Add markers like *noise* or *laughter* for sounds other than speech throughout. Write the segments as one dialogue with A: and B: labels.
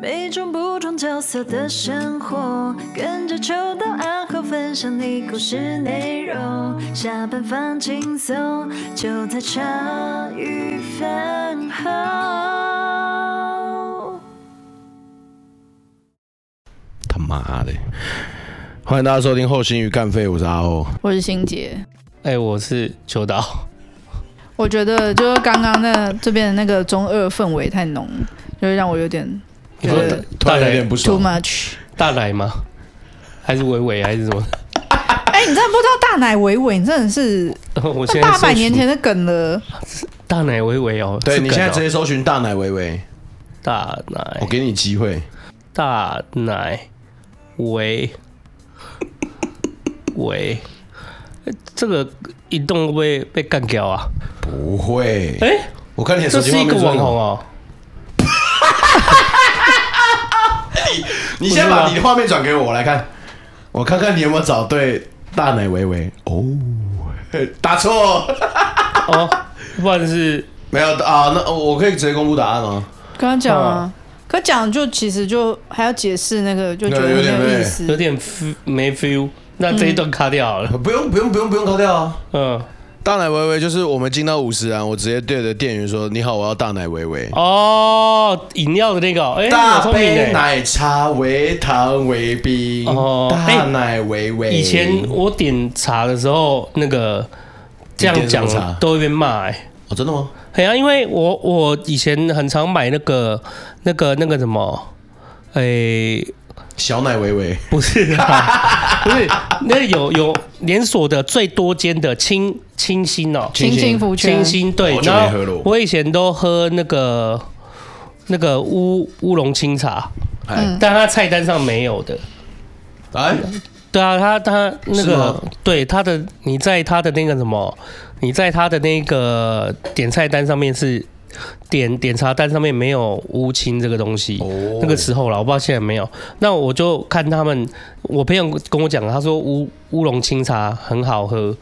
A: 每种不同角色的生活，跟着秋到暗号分享你故事内容。下班放轻松，就在茶余饭后。
B: 他妈的！欢迎大家收听《后心与干废》，我是阿欧。
C: 我是心杰。
D: 哎、我是秋
B: *laughs*
D: 刀，
C: 我觉得就是刚刚那这边的那个中二氛围太浓，就是让我有点
D: 你
C: 觉
D: 说
C: 得
B: 突然有
D: 奶
B: 点不
C: too
B: 爽，
C: much。
D: 大奶吗？还是伟伟还是什么？ *laughs*
C: 哎、你真的不知道大奶伟伟，你真的是
D: 我现
C: 那
D: 在
C: 八
D: 搜
C: 百
D: 寻
C: 年前的梗了。
D: 大奶伟伟哦，
B: 对
D: 是
B: 你
D: 梗
B: 现在
D: 哦
B: 直接搜寻大奶维维，
D: 大
B: 我
D: 奶
B: 给你机会。
D: 大奶维维，这个一动会不会被干掉啊？
B: 不会，
D: 哎、
B: 我看你的手
D: 这
B: 机
D: 是
B: 画
D: 一
B: 面
D: 个
B: 是
D: 网红，哦，
B: 你先把你的画面转给我，我来看，我看看你有没有找对大奶维维。哦， *laughs* 打错，
D: 哦，不然是
B: 没有啊？那我可以直接公布答案哦吗？
C: 刚刚讲啊，可讲就其实就还要解释那个，就觉得
B: 嗯对有点
C: 没有意
D: 有
C: 思。
D: 点 f- 没 feel，那这一
C: 嗯
D: 段卡掉好了。
B: 不用，不用，不用，不用高调啊。
D: 嗯，
B: 大奶维维就是我们进到五十啊，我直接对着店员说：“你好，我要大奶维维。”
D: 哦，饮料的那个哦，哎、
B: 大
D: 好聪明
B: 杯
D: 哎。
B: 奶茶为糖为冰，
D: 哦
B: 大奶为为。
D: 以前
B: 哎
D: 我点茶的时候，那个这样讲
B: 你点什么茶
D: 都会被骂哎、欸。
B: 哦，真的吗？
D: 哎呀、因为我我以前很常买那个那个那个什么，哎、
B: 小奶哎为为，
D: 不
B: *laughs*
D: 是啊，不是那有有连锁的最多间的清清新哦，
C: 清新福泉
D: 清，新对
B: 好，哦久没
D: 然
B: 喝了
D: 后我以前都喝那个那个乌乌龙清茶，
B: 哎
D: 但它菜单上没有的。
B: 哎，
D: 对啊，他他那
B: 是吗
D: 个对他的，你在他的那个什么，你在他的那个点菜单上面是点点茶单上面没有乌青这个东西。
B: 哦
D: 那个时候啦，我不知道现在有没有。那我就看他们，我朋友跟我讲，他说乌乌龙清茶很好喝，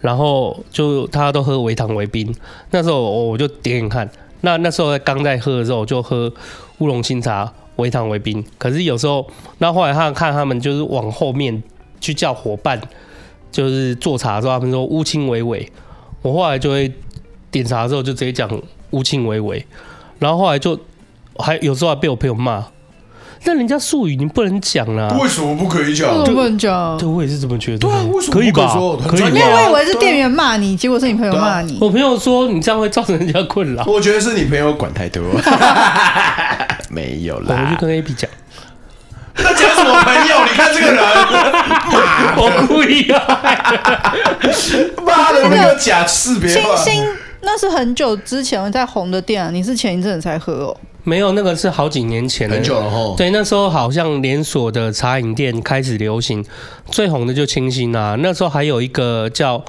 D: 然后就他都喝微糖微冰。那时候我我就点点看，那那时候刚在喝的时候，我就喝乌龙清茶微糖微冰。可是有时候，那后来他看他们就是往后面去叫伙伴，就是做茶的时候，他们说乌青微微，我后来就会点茶的时候就直接讲乌青微微，然后后来就还有时候还被我朋友骂，那人家术语你不能讲啦、
B: 为什么不可以讲？
C: 为什么不能讲？
D: 对，我也是这么觉得。
B: 对啊为什么不
D: 可以
B: 可
D: 吧
B: 以说？很
D: 可以
B: 专
C: 没有，
B: 业啊啊
D: 吧？
C: 我以为是店员骂你，结果是你朋友骂你。
D: 我朋友说你这样会造成人家困扰，
B: 我觉得是你朋友管太
D: *laughs*
B: 多，没有
D: 我回去
B: 啦。
D: 跟 A B 讲，
B: 那讲什么朋友？你看这个
D: *laughs*
B: 人，
D: 我故意啊。
B: 妈的，那个假识别
C: 清
B: 化。
C: 新那是很久之前在红的店啊，你是前一阵子才喝哦。
D: 没有，那个是好几年前
B: 很久了吼
D: 对，那时候好像连锁的茶饮店开始流行，最红的就清新啊。那时候还有一个叫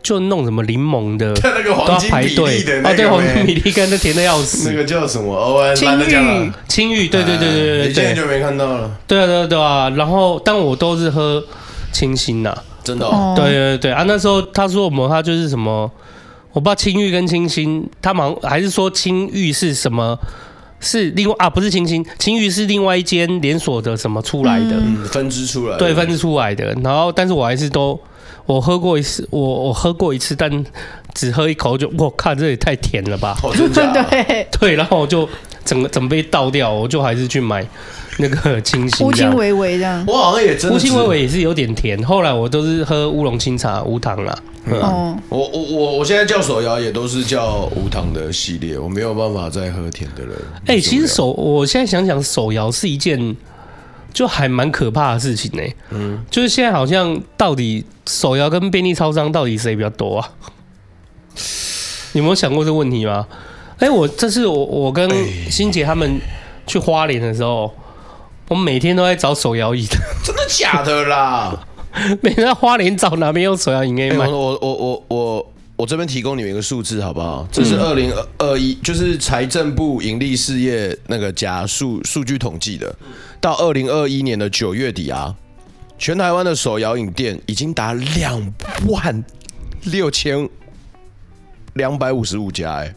D: 就弄什么柠檬
B: *laughs*
D: 的，
B: 看那个
D: 都
B: 黄
D: 要
B: 金
D: 排
B: 比
D: 队
B: 例的
D: 哦，
B: 那
D: 对，
B: 个
D: 黄金
B: 没，
D: 比例跟那甜的要死。
B: 那 *laughs* 个叫什么？欧文，
D: 青
B: 懒得讲
D: 玉
B: 了，哎
D: 青玉，对对对对对
B: 你现在
D: 对，
B: 就没看到了，
D: 对啊对啊对啊。然后，但我都是喝清新啊呐、
B: 真的哦。
C: 哦，
D: 对对对啊，那时候他说我们他就是什么，我不知道青玉跟清新，他们好像还是说青玉是什么？是另外啊，不是清新，青玉是另外一间连锁的什么出来的，
B: 嗯，分支出来。
D: 对，分支出来的。然后，但是我还是都我喝过一次，我我喝过一次，但只喝一口就，我靠，这也太甜了吧！ *laughs*
B: 哦，真假的？
C: *laughs* 对，
D: 对，然后我就整个整杯倒掉，我就还是去买那个清新
C: 乌
D: 这样。
C: 青微微这样。
B: 我好像也真的
D: 乌
B: 只。
D: 青微微也是有点甜，后来我都是喝乌龙清茶无糖啦。嗯
C: 哦，
B: 我我我我现在叫手摇也都是叫无糖的系列，我没有办法再喝甜的了。受
D: 哎、
B: 不
D: 其实
B: 了
D: 手，我现在想想，手摇是一件就还蛮可怕的事情呢、嗯，就是现在好像到底手摇跟便利超商到底谁比较多啊？你有没有想过这个问题吗？哎、我这是我我跟欣姐他们去花莲的时候，我每天都在找手摇椅的， *laughs*
B: 真的假的啦？
D: 每天在花莲找哪边有手摇椅可以
B: 哎、
D: 买。
B: 我我我我我我这边提供你们一个数字好不好？这
D: 嗯
B: 是二零二一，就是财政部盈利事业那个假数数据统计的，到二零二一年的九月底啊，全台湾的手摇饮店已经达两万六千两百五十五家、哎，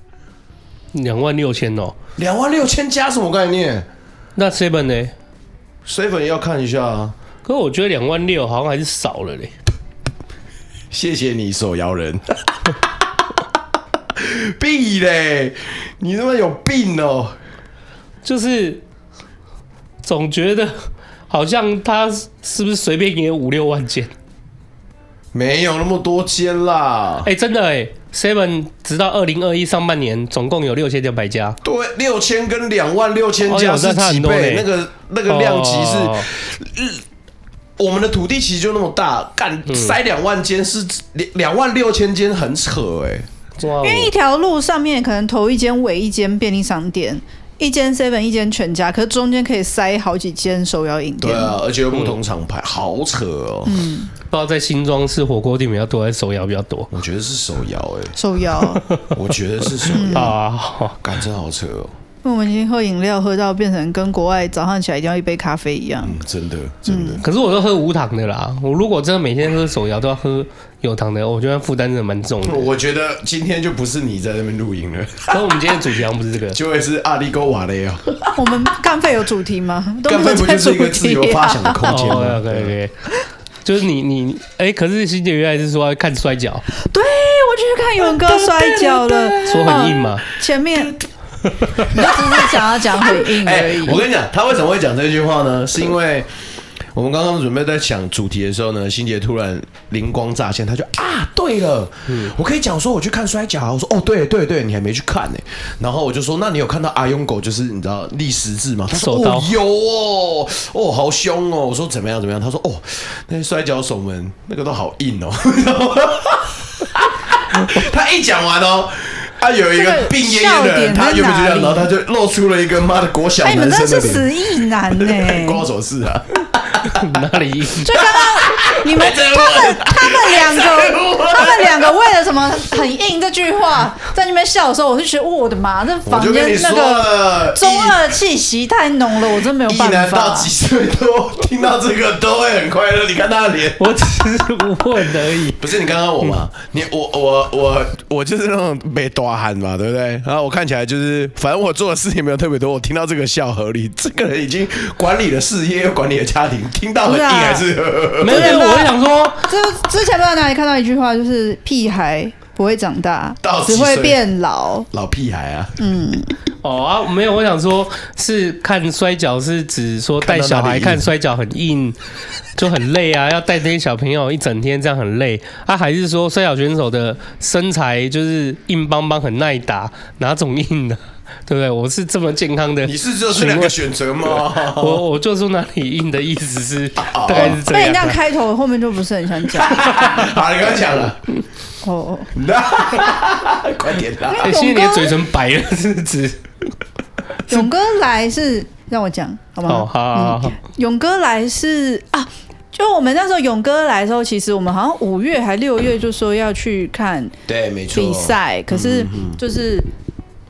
D: 两万六千哦，
B: 两万六千家什么概念？
D: 那 seven 呢？
B: seven 要看一下啊。
D: 可我觉得两万六好像还是少了嘞。
B: 谢谢你手摇人， *laughs* 屁嘞！你他妈有病哦！
D: 就是总觉得好像他是不是随便也五六万件？
B: 没有那么多间啦。
D: 哎、真的哎、s e v e n 直到二零二一上半年总共有六千两百家，
B: 对，六千跟两万六千
D: 哦
B: 加
D: 有
B: 是
D: 那差
B: 几
D: 很多
B: 倍？那
D: 嘞
B: 个那个量级是、
D: 哦
B: 我们的土地其实就那么大，干
D: 嗯
B: 塞两万间是两两万六千间很扯哎、
D: 哇哦
C: 因为一条路上面可能头一间尾一间便利商店，一间 seven 一间全家，可是中间可以塞好几间手摇饮
B: 对
C: 店。
D: 嗯
B: 啊，而且又不同厂牌，好扯哦。
D: 不知道在新庄是火锅店比较多还是手摇比较多
B: 我觉得是手摇哎、
C: 手摇，
B: *laughs* 我觉得是手摇，
D: 啊？好
B: 干真好扯哦。
C: 因为我们已经喝饮料喝到变成跟国外早上起来一定要一杯咖啡一样。
B: 嗯，真的真的。
D: 可是我都喝无糖的啦。我如果真的每天喝手摇都要喝有糖的，我觉得负担真的蛮重的。
B: 我觉得今天就不是你在那边录音了，
D: 可是我们今天的主题好像不
B: *laughs*
D: 是这个，哦
B: 就会是阿里沟瓦雷啊，
C: 我们干费有主
B: *laughs*
C: 题吗？都
B: 根
C: 没
B: 本
C: 有
B: 不
C: 在
B: 就是
C: 主
B: 一个自由
C: 题
B: 发
C: 啊。
B: 想的空间
D: 哦
B: 吗？
D: ，OK OK，就是你你哎、可是欣姐原来是说要看摔跤，
C: 对，我就去看勇哥摔跤了，
D: 说很硬嘛。
B: *laughs*
C: 前面我只是想要讲很硬而
B: 哎、
C: 已。
B: 我跟你讲，他为什么会讲这句话呢？是因为我们刚刚准备在想主题的时候呢，欣姐突然灵光乍现，她就啊，对了，我可以讲说我去看摔跤啊。我说哦，对对对，你还没去看呢、然后我就说，那你有看到阿勇狗就是你知道立十字吗？他说
D: 手刀
B: 哦有哦，哦好凶哦。我说怎么样怎么样？他说哦，那些摔跤手们那个都好硬哦。 *laughs* 然后他一讲完哦。他有一
C: 这
B: 个
C: 个
B: 病恹恹的人，
C: 笑点
B: 他
C: 在
B: 原本就这
C: 哪
B: 样，
C: 里
B: 然后他就露出了一个妈的国小
C: 哎、你
B: 男
C: 们真
B: 生的
C: 是
B: 脸。
C: 死意男欸呢、
B: *laughs* 关我什么事啊？
D: *laughs* 哪里硬？
C: 就刚刚你们他们他们
B: *laughs*
C: 两个他们两个为了什么很硬这句话在那边笑的时候，我就觉得、哦我的妈，这
B: 我
C: 房
B: 就跟你
C: 间
B: 说
C: 那个
B: 了，
C: 中二气息太浓了，我真没有
B: 一
C: 办
B: 男到
C: 法
B: 几。岁都听到这个都会很快乐。你看他的脸，
D: 我只是问而 *laughs* 已。
B: 不是你刚刚我嘛？你我我我我就是那种被大喊嘛，对不对？然后我看起来就是，反正我做的事情没有特别多。我听到这个笑合理，这个人已经管理了事业，又管理了家庭，听到很硬
C: 不是啊
B: 还是呵呵呵
D: 没有，没有，我是想说，
C: 这之前不知道哪里看到一句话，就是屁孩不会长大
B: 到，几
C: 只
B: 岁
C: 会变老。
B: 老屁孩啊！
D: 哦啊，没有，我想说是看摔跤是指说带小孩看摔跤很 *laughs* 硬，就很累啊，要带这些小朋友一整天这样很累啊，还是说摔跤选手的身材就是硬邦邦很耐打，哪种硬呢、啊 *laughs* 对不对？我是这么健康的
B: 你，是只有这两个选择吗？
D: 我我就说哪里硬的意思是大概是这
C: 被你这样
D: 样。啊
C: 开头，我后面就不是很想
B: *laughs*
C: 讲。
B: 好，你刚刚讲了，
C: 哦，
B: 快点啦！
D: 哎，现在你的嘴唇白了，是指
C: 勇哥来是让我讲好吗？
D: 哦，好好好，
C: 勇哥来是啊，就我们那时候勇哥来的时候，其实我们好像五月还六月就说要去看
B: 对，没错，
C: 比赛，可是就是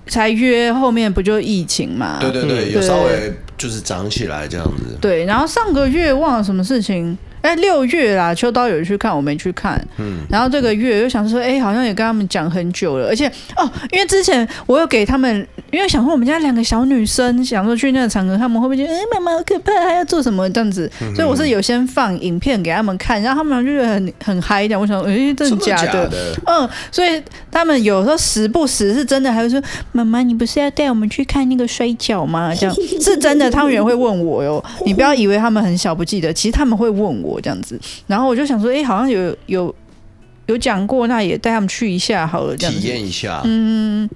C: 才约，后面不就疫情嘛？
B: 对对对，
D: 嗯
B: 有
C: 啊对
B: 稍微就是长起来这样子。
C: 对然后上个月忘了什么事情。哎，六月啦，秋刀有去看，我没去看。嗯，然后这个月又想说，哎，好像也跟他们讲很久了，而且哦，因为之前我有给他们，因为想说我们家两个小女生，想说去那个场合，他们会不会觉得，哎、妈妈好可怕，还要做什么这样子？所以我是有先放影片给他们看，然后他们就觉得很很嗨这样。我想说，哎、真的
B: 真的
C: 假
B: 假
C: 的？
B: 的？
C: 嗯，所以他们有时候时不时是真的，还会说：“妈妈，你不是要带我们去看那个摔跤吗？”这样是真的，他们也会问我哟。你不要以为他们很小不记得，其实他们会问我这样子。然后我就想说，哎、好像有有有讲过，那也带他们去一下好了，这样
B: 体
C: 子。
B: 验一下，
C: 嗯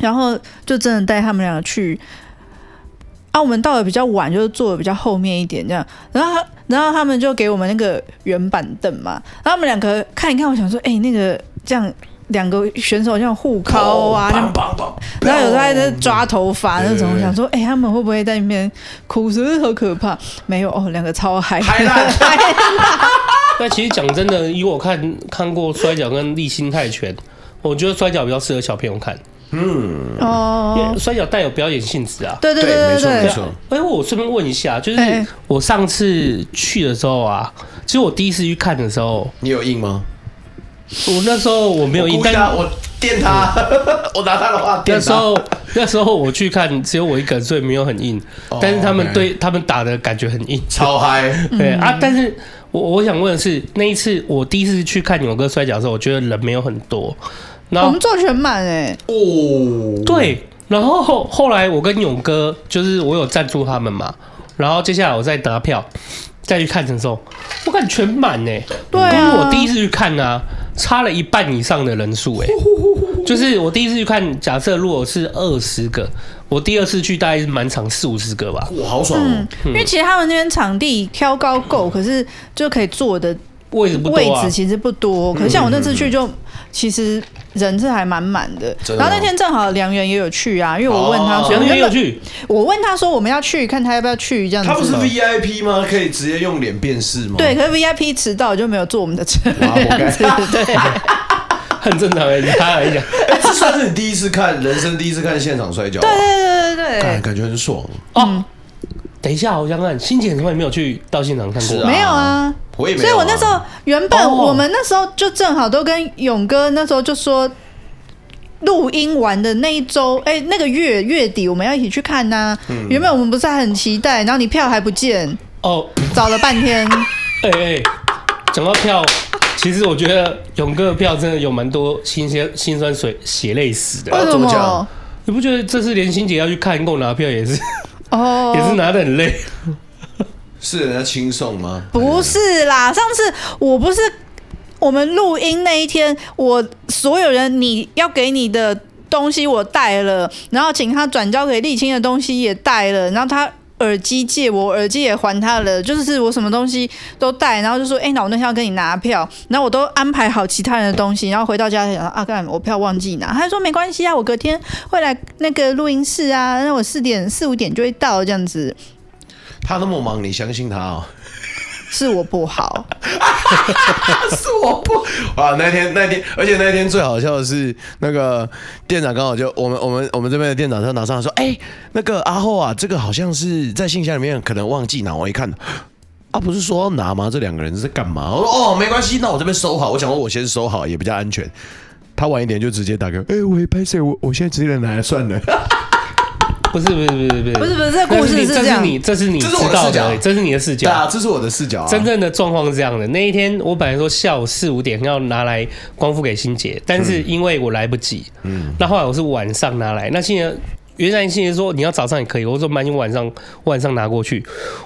C: 然后就真的带他们两个去。啊，我们到的比较晚，就是坐的比较后面一点这样。然后他，然后他们就给我们那个圆板凳嘛。然后我们两个看一看，我想说，哎、那个这样两个选手这样互靠啊，这样
B: 哦棒棒
C: 然后有时候还在抓头发
B: 对
C: 那种，
B: 对对
C: 我想说，哎、他们会不会在那边哭？是不是好可怕？没有哦，两个超嗨，
B: 嗨烂
D: 那其实讲真的，以我看看过摔跤跟立新泰拳，我觉得摔跤比较适合小朋友看，因
C: *laughs* 哦
D: 为，摔跤带有表演性质啊。
C: 对对
B: 对没
C: 对
B: 错
C: 对
B: 没
C: 对
B: 错，
D: 哎、我顺便问一下，就是
C: 哎
D: 我上次去的时候啊，其实我第一次去看的时候，
B: 你有硬吗？
D: 我那时候我没有
B: 我
D: 印，
B: 故意
D: 但
B: 的啊我电他， *laughs* 我拿他的啊话电
D: 那
B: 他。
D: 时候那时候我去看，只有我一个人，所以没有很硬。但是他们
B: 哦 OK 嗯
D: 对他们打的感觉很硬。
B: 超嗨，
D: 对啊，但是我我想问的是，那一次我第一次去看勇哥摔跤的时候，我觉得人没有很多。然
C: 我
D: 后
C: 们做全满哎，
B: 哦，
D: 对，然后后后来我跟勇哥就是我有赞助他们嘛，然后接下来我再拿票再去看的时候，我感觉全满呢、
C: 对啊
D: 跟我第一次去看啊，差了一半以上的人数哎、就是我第一次去看，假设如果是二十个，我第二次去大概是满场四五十个吧。
B: 哇，好爽哦！
C: 因为其实他们那边场地挑高够，可是就可以坐的
D: 位置不
C: 位
D: 多啊
C: 置，其实不多，可是像我那次去就其实人是还满满的。
B: 真的
C: 然后那
B: 吗
C: 天正好梁源也有去啊，因为我问他
B: 哦
C: 说，
D: 杨
C: 原
D: 元有
C: 本
D: 去，
C: 我问他说我们要去，看他要不要去这样子。
B: 他不是 VIP 吗？可以直接用脸辨识吗？
C: 对，，可是 VIP 迟到就没有坐我们的车，
B: 哇，活该！
C: 对，
D: 很正常哎、以他来讲，
B: *laughs* 哎这算是你第一次看，人生第一次看现场摔跤吧，
C: 对对对
B: 感
C: 对
B: 感觉很爽。
D: 等一下，我想看新姐从来没有去到现场看
B: 是
D: 过吧，
B: 啊
C: 对，没有啊。
B: 我也没
C: 所
B: 有啊，
C: 以我那时候原本
D: 哦
C: 我们那时候就正好都跟勇哥那时候就说。录音完的那一周，哎、那个月月底我们要一起去看呐、
B: 嗯
C: 原本我们不是还很期待，然后你票还不见，
D: 哦，
C: 找了半
B: *laughs*
C: 天。
B: 啊
D: 哎、哎，讲、到票，其实我觉得勇哥的票真的有蛮多辛鲜辛酸水血泪史的。
B: 啊
C: 为什
B: 怎么讲
D: 你不觉得这次连欣姐要去看，跟我拿票也是、
C: 哦，
D: 也是拿的很累？
B: 是人家轻松吗？
C: 不是啦，上次我不是我们录音那一天，我所有人你要给你的东西我带了，然后请他转交给沥青的东西也带了，然后他。耳机借我，耳机也还他了，就是我什么东西都带，然后就说，哎、那我那天要跟你拿票，然后我都安排好其他人的东西，然后回到家想，啊，干，我票忘记拿，他就说没关系啊，我隔天会来那个录音室啊，那我四点四五点就会到，这样子，
B: 他那么忙，你相信他哦？
C: 是我不好，
B: 是我不 *laughs* 啊！那天那天，而且那天最好笑的是，那个店长刚好就我们我们我们这边的店长就拿上来说，哎、那个阿厚啊，这个好像是在信箱里面可能忘记拿，我一看。啊，不是说要拿吗？这两个人是干嘛？我说哦，没关系，那我这边收好。我想说，我先收好也比较安全。他晚一点就直接打给我，哎、喂，拍谁？我我现在直接拿来算了。
D: 不是不是不是不是
C: 不是不是这个故事
D: 你
C: 是
D: 这
C: 这样
D: 你这是你
B: 这
D: 知
B: 是我的
D: 道
B: 视角
D: 的，哎这是你的视
B: 对啊，
D: 角。
B: 这是我的视角啊。
D: 真正的状况是这样的，那一天我本来说下午四五点要拿来光复给欣姐，但是因为我来不及，嗯，那后来我是晚上拿来，那欣姐。原来欣姐说你要早上也可以，我说蛮你晚上晚上拿过去，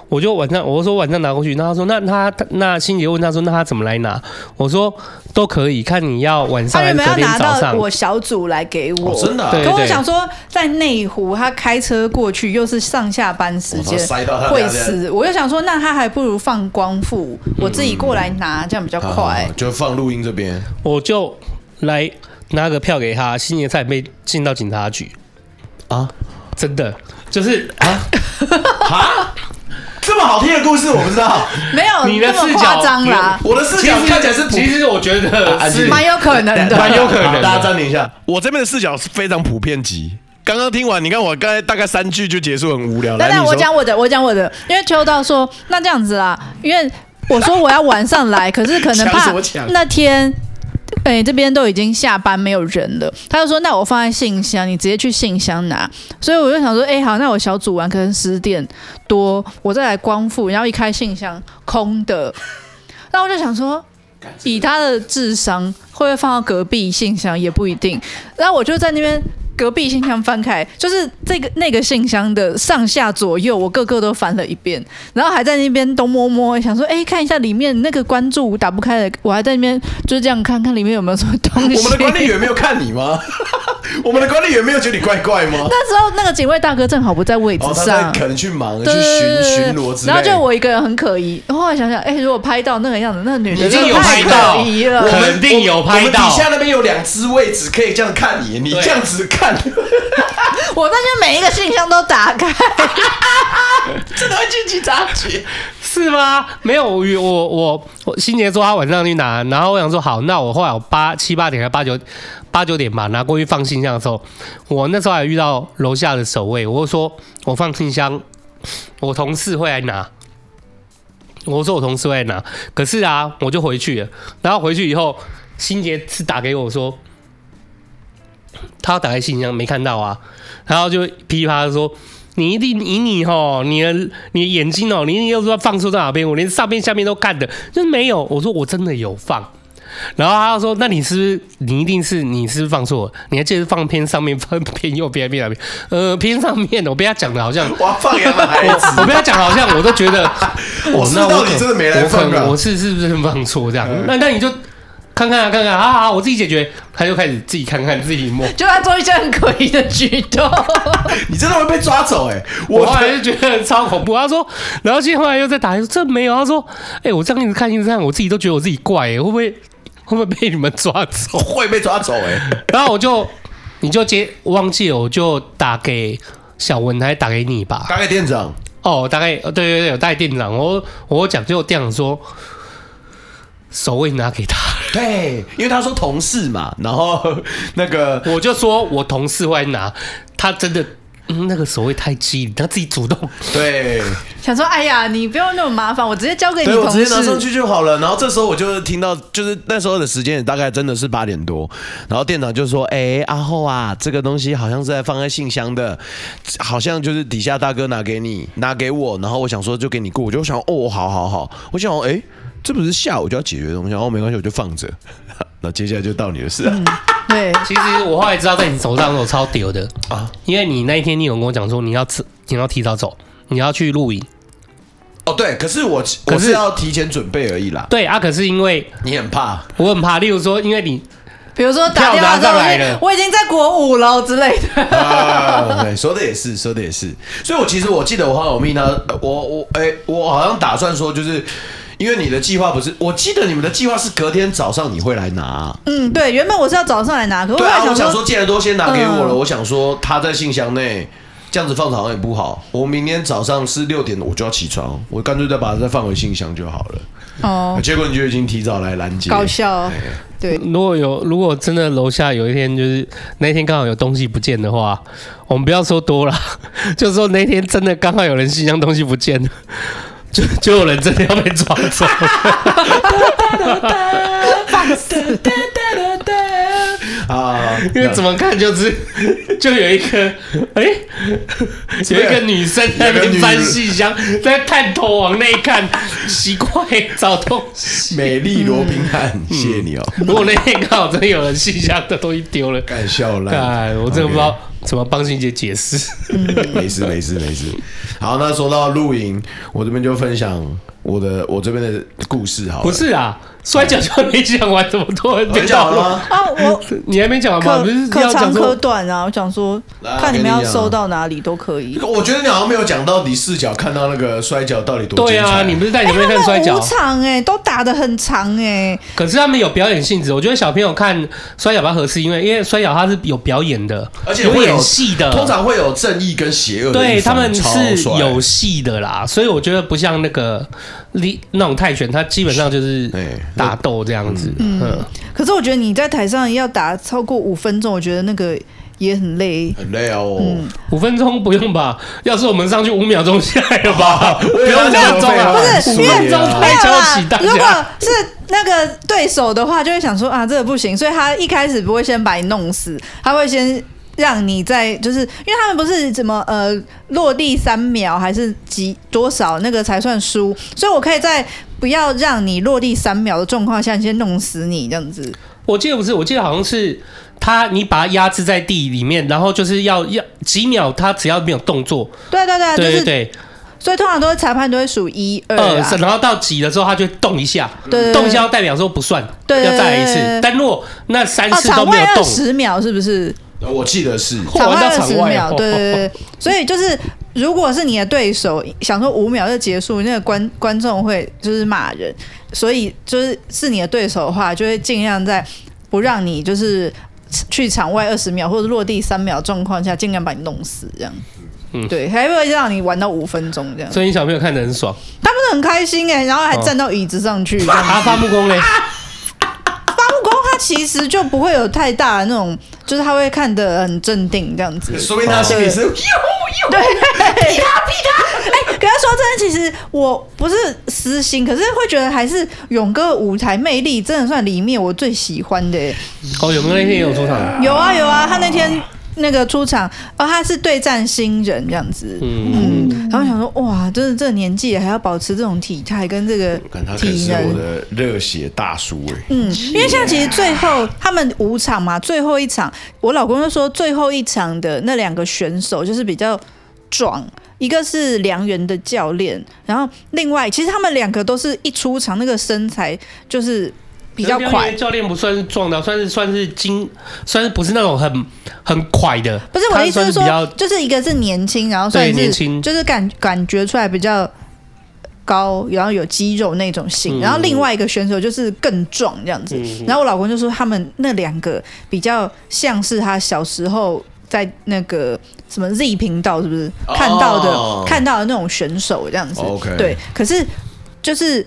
D: 我就晚上我说晚上拿过去，那他说那那他那欣姐问他说那他怎么来拿？我说都可以，看你要晚
C: 他
D: 上还
C: 原
D: 是
C: 本
D: 隔
C: 要
D: 天
C: 拿
D: 早上
C: 到。我小组来给我，
B: 哦真的啊
D: 对
C: 可我想说，在内湖他开车过去又是上下班时间
B: 我操塞到他，的
C: 会
B: 两边
C: 死。我就想说，那他还不如放光复，我自己过来拿，这样比较
B: 好
C: 快
D: 哦
B: 好。就放录音这边。
D: 我就来拿个票给他，新年菜被进到警察局
B: 啊，
D: 真的就是啊，
B: 啊，这么好听的故事我不知道，
C: 没有
D: 你的
C: 那么
D: 视角
C: 夸张啦，
B: *laughs* 我的视角看起来是普啊
D: 其实我觉得是
B: 是
C: 蛮有可能的，
D: 蛮有可能的
B: 好大家暂停一下，我这边的视角是非常普遍级。刚刚听完，你看我刚才大概三句就结束，很无聊。
C: 等
B: 来
C: 等，
B: 你说
C: 我讲我的，我讲我的，因为秋道说那这样子啦，因为我说我要晚上来，
B: *laughs*
C: 可是可能
B: 抢
C: 怕
B: 什么抢
C: 那天。哎、这边都已经下班没有人了，他就说：“那我放在信箱，你直接去信箱拿。”所以我就想说：“哎、好，那我小组完可能十点多，我再来光复。”然后一开信箱，空的。那我就想说，以他的智商，会不会放到隔壁信箱也不一定。然后我就在那边隔壁信箱翻开，就是这个那个信箱的上下左右，我个个都翻了一遍，然后还在那边东摸摸，想说，哎，看一下里面那个关注打不开的，我还在那边就是这样看看里面有没有什么东西。
B: 我们的管理员没有看你吗？我们的管理员没有觉得你怪怪吗？
C: *laughs* 那时候那个警卫大哥正好不在位置
B: 哦，他
C: 上
B: 在，可能去忙，去
C: 对
B: 巡巡逻之类。
C: 然后就，我一个人很可疑。后来想想，哎、如果拍到那个样子，那个女的
D: 已经
C: 真
D: 有
C: 的太
D: 拍到
C: 可疑了。
B: 我们
D: 肯定有拍到
B: 我们底下那边有两只位置可以这样看你，你
D: 对
B: 这样子看，
C: *laughs* 我那天每一个信箱都打开， *laughs*
B: 真的会进警察局。
D: 是吗？没有，我我我我新杰说他晚上去拿，然后我想说好，那我后来我八七八点还八九八九点吧拿过去放信箱的时候，我那时候还遇到楼下的守卫，我就说我放信箱，我同事会来拿。我说我同事会来拿，可是啊，我就回去了。然后回去以后，新杰是打给我说：“他打开信箱没看到啊，然后就噼里啪啦地说。你一定以你哦，你的你的眼睛哦，你一定又说放错在哪边，我连上面下面都看的，就是没有。我说我真的有放，然后他就说：“那你是不是你一定是你是不是放错了？你还记得放偏上面、 *laughs* 放偏右边、偏哪边？呃，偏上面的，我被他讲的好像，
B: 我要放羊的孩子，
D: *laughs* 我被他讲的好像，我都觉得，
B: *laughs* 我
D: 哦
B: 知
D: 那
B: 道
D: 我可
B: 你真的没来放
D: 我可
B: 啊嗯
D: 能我是是不是放错这样？那那你就看看啊，看看啊，好好，我自己解决。他就开始自己看看，自己摸。
C: 就他做一些很诡异的举
B: *laughs*
C: 动，
B: 你真的会被抓走哎、
D: 我
B: 我
D: 后来就觉得超恐怖。他说，然后接后来又在打，说这没有。他说，哎、我这样一直看一直看，我自己都觉得我自己怪、欸，会不会会不会被你们抓走？ *laughs*
B: 会被抓走哎、
D: 然后我就你就接我忘记了，我就打给小文，还打给你吧。
B: 大概店长，
D: 哦，大概呃对对对，我带店长，我我讲就店长说手位拿 *laughs* 给他，
B: 对，因为他说同事嘛，然后那
C: *laughs*
B: 个
D: 我就说我同事会拿，他真的。嗯那个手位太机灵，他自己主动。
B: 对，
C: 想说哎呀，你不用那么麻烦，我直接交给你
B: 对我
C: 同
B: 直接拿上
C: 事。
B: 去就好了。然后这时候我就听到，就是那时候的时间也大概真的是八点多，然后店长就说：“哎、阿厚啊，这个东西好像是在放在信箱的，好像就是底下大哥拿给你，拿给我。”然后我想说就给你过，我就想哦，好好好，我想哎、这不是下午就要解决的东西，然后没关系，我就放着。那接下来就到你的事了、
C: 对，
D: 其实我后来知道，在你手上我超屌的
B: 啊
C: 嗯
D: 啊，因为你那一天你有跟我讲说你要吃，你要提早走，你要去露营。
B: 哦，对，可是我
D: 可
B: 我
D: 是
B: 是要提前准备而已啦。
D: 对啊，可是因为
B: 你很怕，
D: 我很怕，例如说，因为你
C: 比如说打电话
D: 跳
C: 到
D: 闸上来了
C: 我已经在国五了之类的。
B: 啊， *laughs* 对，说的也是，说的也是。所以我其实我记得我好像有命他，呃我我哎、我好像打算说，就是因为你的计划不是，我记得你们的计划是隔天早上你会来拿、
C: 嗯，对，原本我是要早上来拿，可是
B: 对
C: 我
B: 啊，
C: 还
B: 我想
C: 想
B: 说，
C: 说，
B: 既然都先拿给我了，
C: 嗯
B: 我想说他在信箱内。这样子放着好像也不好。我明天早上是六点，我就要起床，我干脆再把它再放回信箱就好了。啊
C: 哦，
B: 结果你就已经提早来拦截，
C: 搞笑，哦
B: 哎
C: 对，
D: 如果有如果真的楼下有一天就是那天刚好有东西不见的话，我们不要说多了， *laughs* 就说那天真的刚好有人信箱东西不见了， *laughs* 就就有人真的要被抓走。 *laughs*
B: 啊！
D: 因为怎么看就是，就有一个，哎、有一个女生在
B: 有
D: 那
B: 个女
D: 边翻信箱，在探头往内看，奇怪，找东西。
B: 美丽罗宾汉，谢谢你哦，
D: 如果那天刚好真的有人信箱的东西丢了，
B: 干笑烂。
D: 哎，我真的不知道怎么帮欣姐解释。
B: *laughs* 没事没事没事。好，那说到露营，我这边就分享我的我这边的故事好了。
D: 不，是啊，摔跤就没讲完，怎么突然
B: 我
D: 变
B: 讲
D: 到
B: 完了吗？
C: 啊，
B: *laughs*
C: 我
D: 你还没讲完吗？
C: 可
D: 不是
C: 可
D: 要
C: 长
D: 讲
C: 可
D: 说
C: 短啊，我想说，
B: 来啊
C: 看你们
B: 给
C: 要
B: 你啊
C: 收到哪里都可以。
B: 我觉得你好像没有讲到底视角看到那个摔跤到底多
D: 对
B: 精彩
D: 啊，你不是在
C: 哎
D: 里面看摔跤
C: 五？场哎、都打得很长哎、
D: 可是他们有表演性质，我觉得小朋友看摔跤比较合适，因为因为摔跤它是有表演的，
B: 而且
D: 有
B: 会有
D: 演戏的，
B: 通常会有正义跟邪恶的一
D: 对
B: 方
D: 他们
B: 超
D: 是
B: 帅
D: 有戏的啦，所以我觉得不像那个力那种泰拳，它基本上就是
B: 哎
D: 打斗这样子。嗯，
C: 可是我觉得你在台上要打超过五分钟，我觉得那个也很累。
B: 很累哦。
C: 嗯
D: 五分钟不用吧？要是我们上去五秒钟下来了吧？
B: *laughs*
D: 不
B: 也要
D: 要这样
B: 这样
D: 钟啊！
B: 不
C: 是
D: 五
C: 因为
D: 分钟
C: 没
D: 太
C: 有
D: 敲
C: 啦
D: 起大，
C: 如果
D: 家。
C: 是那个对手的话，就会想说啊，这个不行，所以他一开始不会先把你弄死，他会先让你在，就是因为他们不是怎么呃落地三秒还是几多少那个才算输，所以我可以在不要让你落地三秒的状况下先弄死你这样子。
D: 我记得不是，我记得好像是他，你把他压制在地里面，然后就是要要几秒，他只要没有动作，
C: 对对对，啊就
D: 对对
C: 是
D: 对，
C: 所以通常都会裁判都会数一二
D: 二
C: 啊，
D: 然后到几呃的时候，他就会动一下，
C: 对对对
D: 动一下代表说不算，
C: 对对
D: 要再来一
C: 对对
D: 次
C: 对。
D: 但若那三
C: 啊，
D: 次都
C: 场
D: 没
C: 外
D: 有
C: 二
D: 动，
C: 十秒是不是？
B: 我记得是
C: 场
D: 我
C: 外
D: 到
C: 二
D: 场
C: 十
D: 外
C: 秒，
D: 哦
C: 对对对对，所以就是如果是你的对手想说五秒就结束，那个观观众会就是骂人，所以就是是你的对手的话，就会尽量在不让你就是。去场外二十秒或者落地三秒状况下，尽量把你弄死，这样，
D: 嗯
C: 对，还会让你玩到五分钟这样，
D: 所以你哦小朋友看得很爽。
C: 他们都很开心哎、然后还站到椅子上去这样。
D: *laughs* 啊，伐木工嘞，
C: 伐木工他其实就不会有太大的那种，就是他会看得很镇定这样子，
B: 说明他心里 *laughs*
C: 嗯
B: 是
C: 对，劈他劈他！哎、可是说真的，其实我不是死私心，可是会觉得还是勇哥舞台魅力真的算里面我最喜欢的耶。
D: 哦，有没有那天也有出场？
C: 有啊有啊，他那天那个出场，哦，他是对战新人这样子，嗯，然后想说哇，真的这个年纪还要保持这种体态跟这个
B: 看他可
C: 体
B: 是我
C: 能。
B: 的热血大叔哎、
C: 嗯，因为像其实最后他们五场嘛，最后一场我老公就说最后一场的那两个选手就是比较壮，一个是梁源的教练，然后另外其实他们两个都是一出场那个身材就是比较快，
D: 教练不算是撞到，算是算是精，算是不是那种很很快的。
C: 不是我的意思是
D: 他算比
C: 说，
D: 较
C: 就是一个是年轻，然后算是
D: 对年轻
C: 就是感感觉出来比较高，然后有肌肉那种型，
D: 嗯
C: 然后另外一个选手就是更壮这样子。
D: 嗯
C: 然后我老公就说他们那两个比较像是他小时候在那个什么 Z 频道是不是
B: 哦
C: 看到的、看到的那种选手这样子？
B: OK
C: 对，可是就是。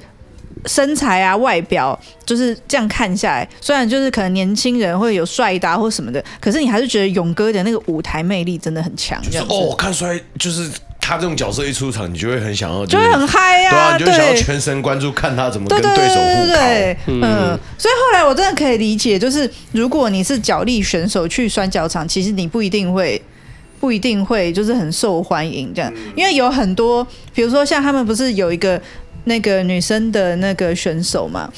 C: 身材啊，外表就是这样看下来，虽然就是可能年轻人会有帅搭或什么的，可是你还是觉得勇哥的那个舞台魅力真的很强，这
B: 就是
C: 样子、
B: 哦，看出来就是他这种角色一出场，你就会很想要、
C: 就会很嗨
B: 对
C: 呀、
B: 啊，你就会想要全神贯注看他怎么
C: 对
B: 跟
C: 对
B: 手
C: 对
B: 互
C: 对
B: 考。
C: 对，嗯，所以后来我真的可以理解，就是如果你是脚力选手去摔跤场，其实你不一定会。不一定会就是很受欢迎这样，因为有很多，比如说像他们不是有一个那个女生的那个选手嘛，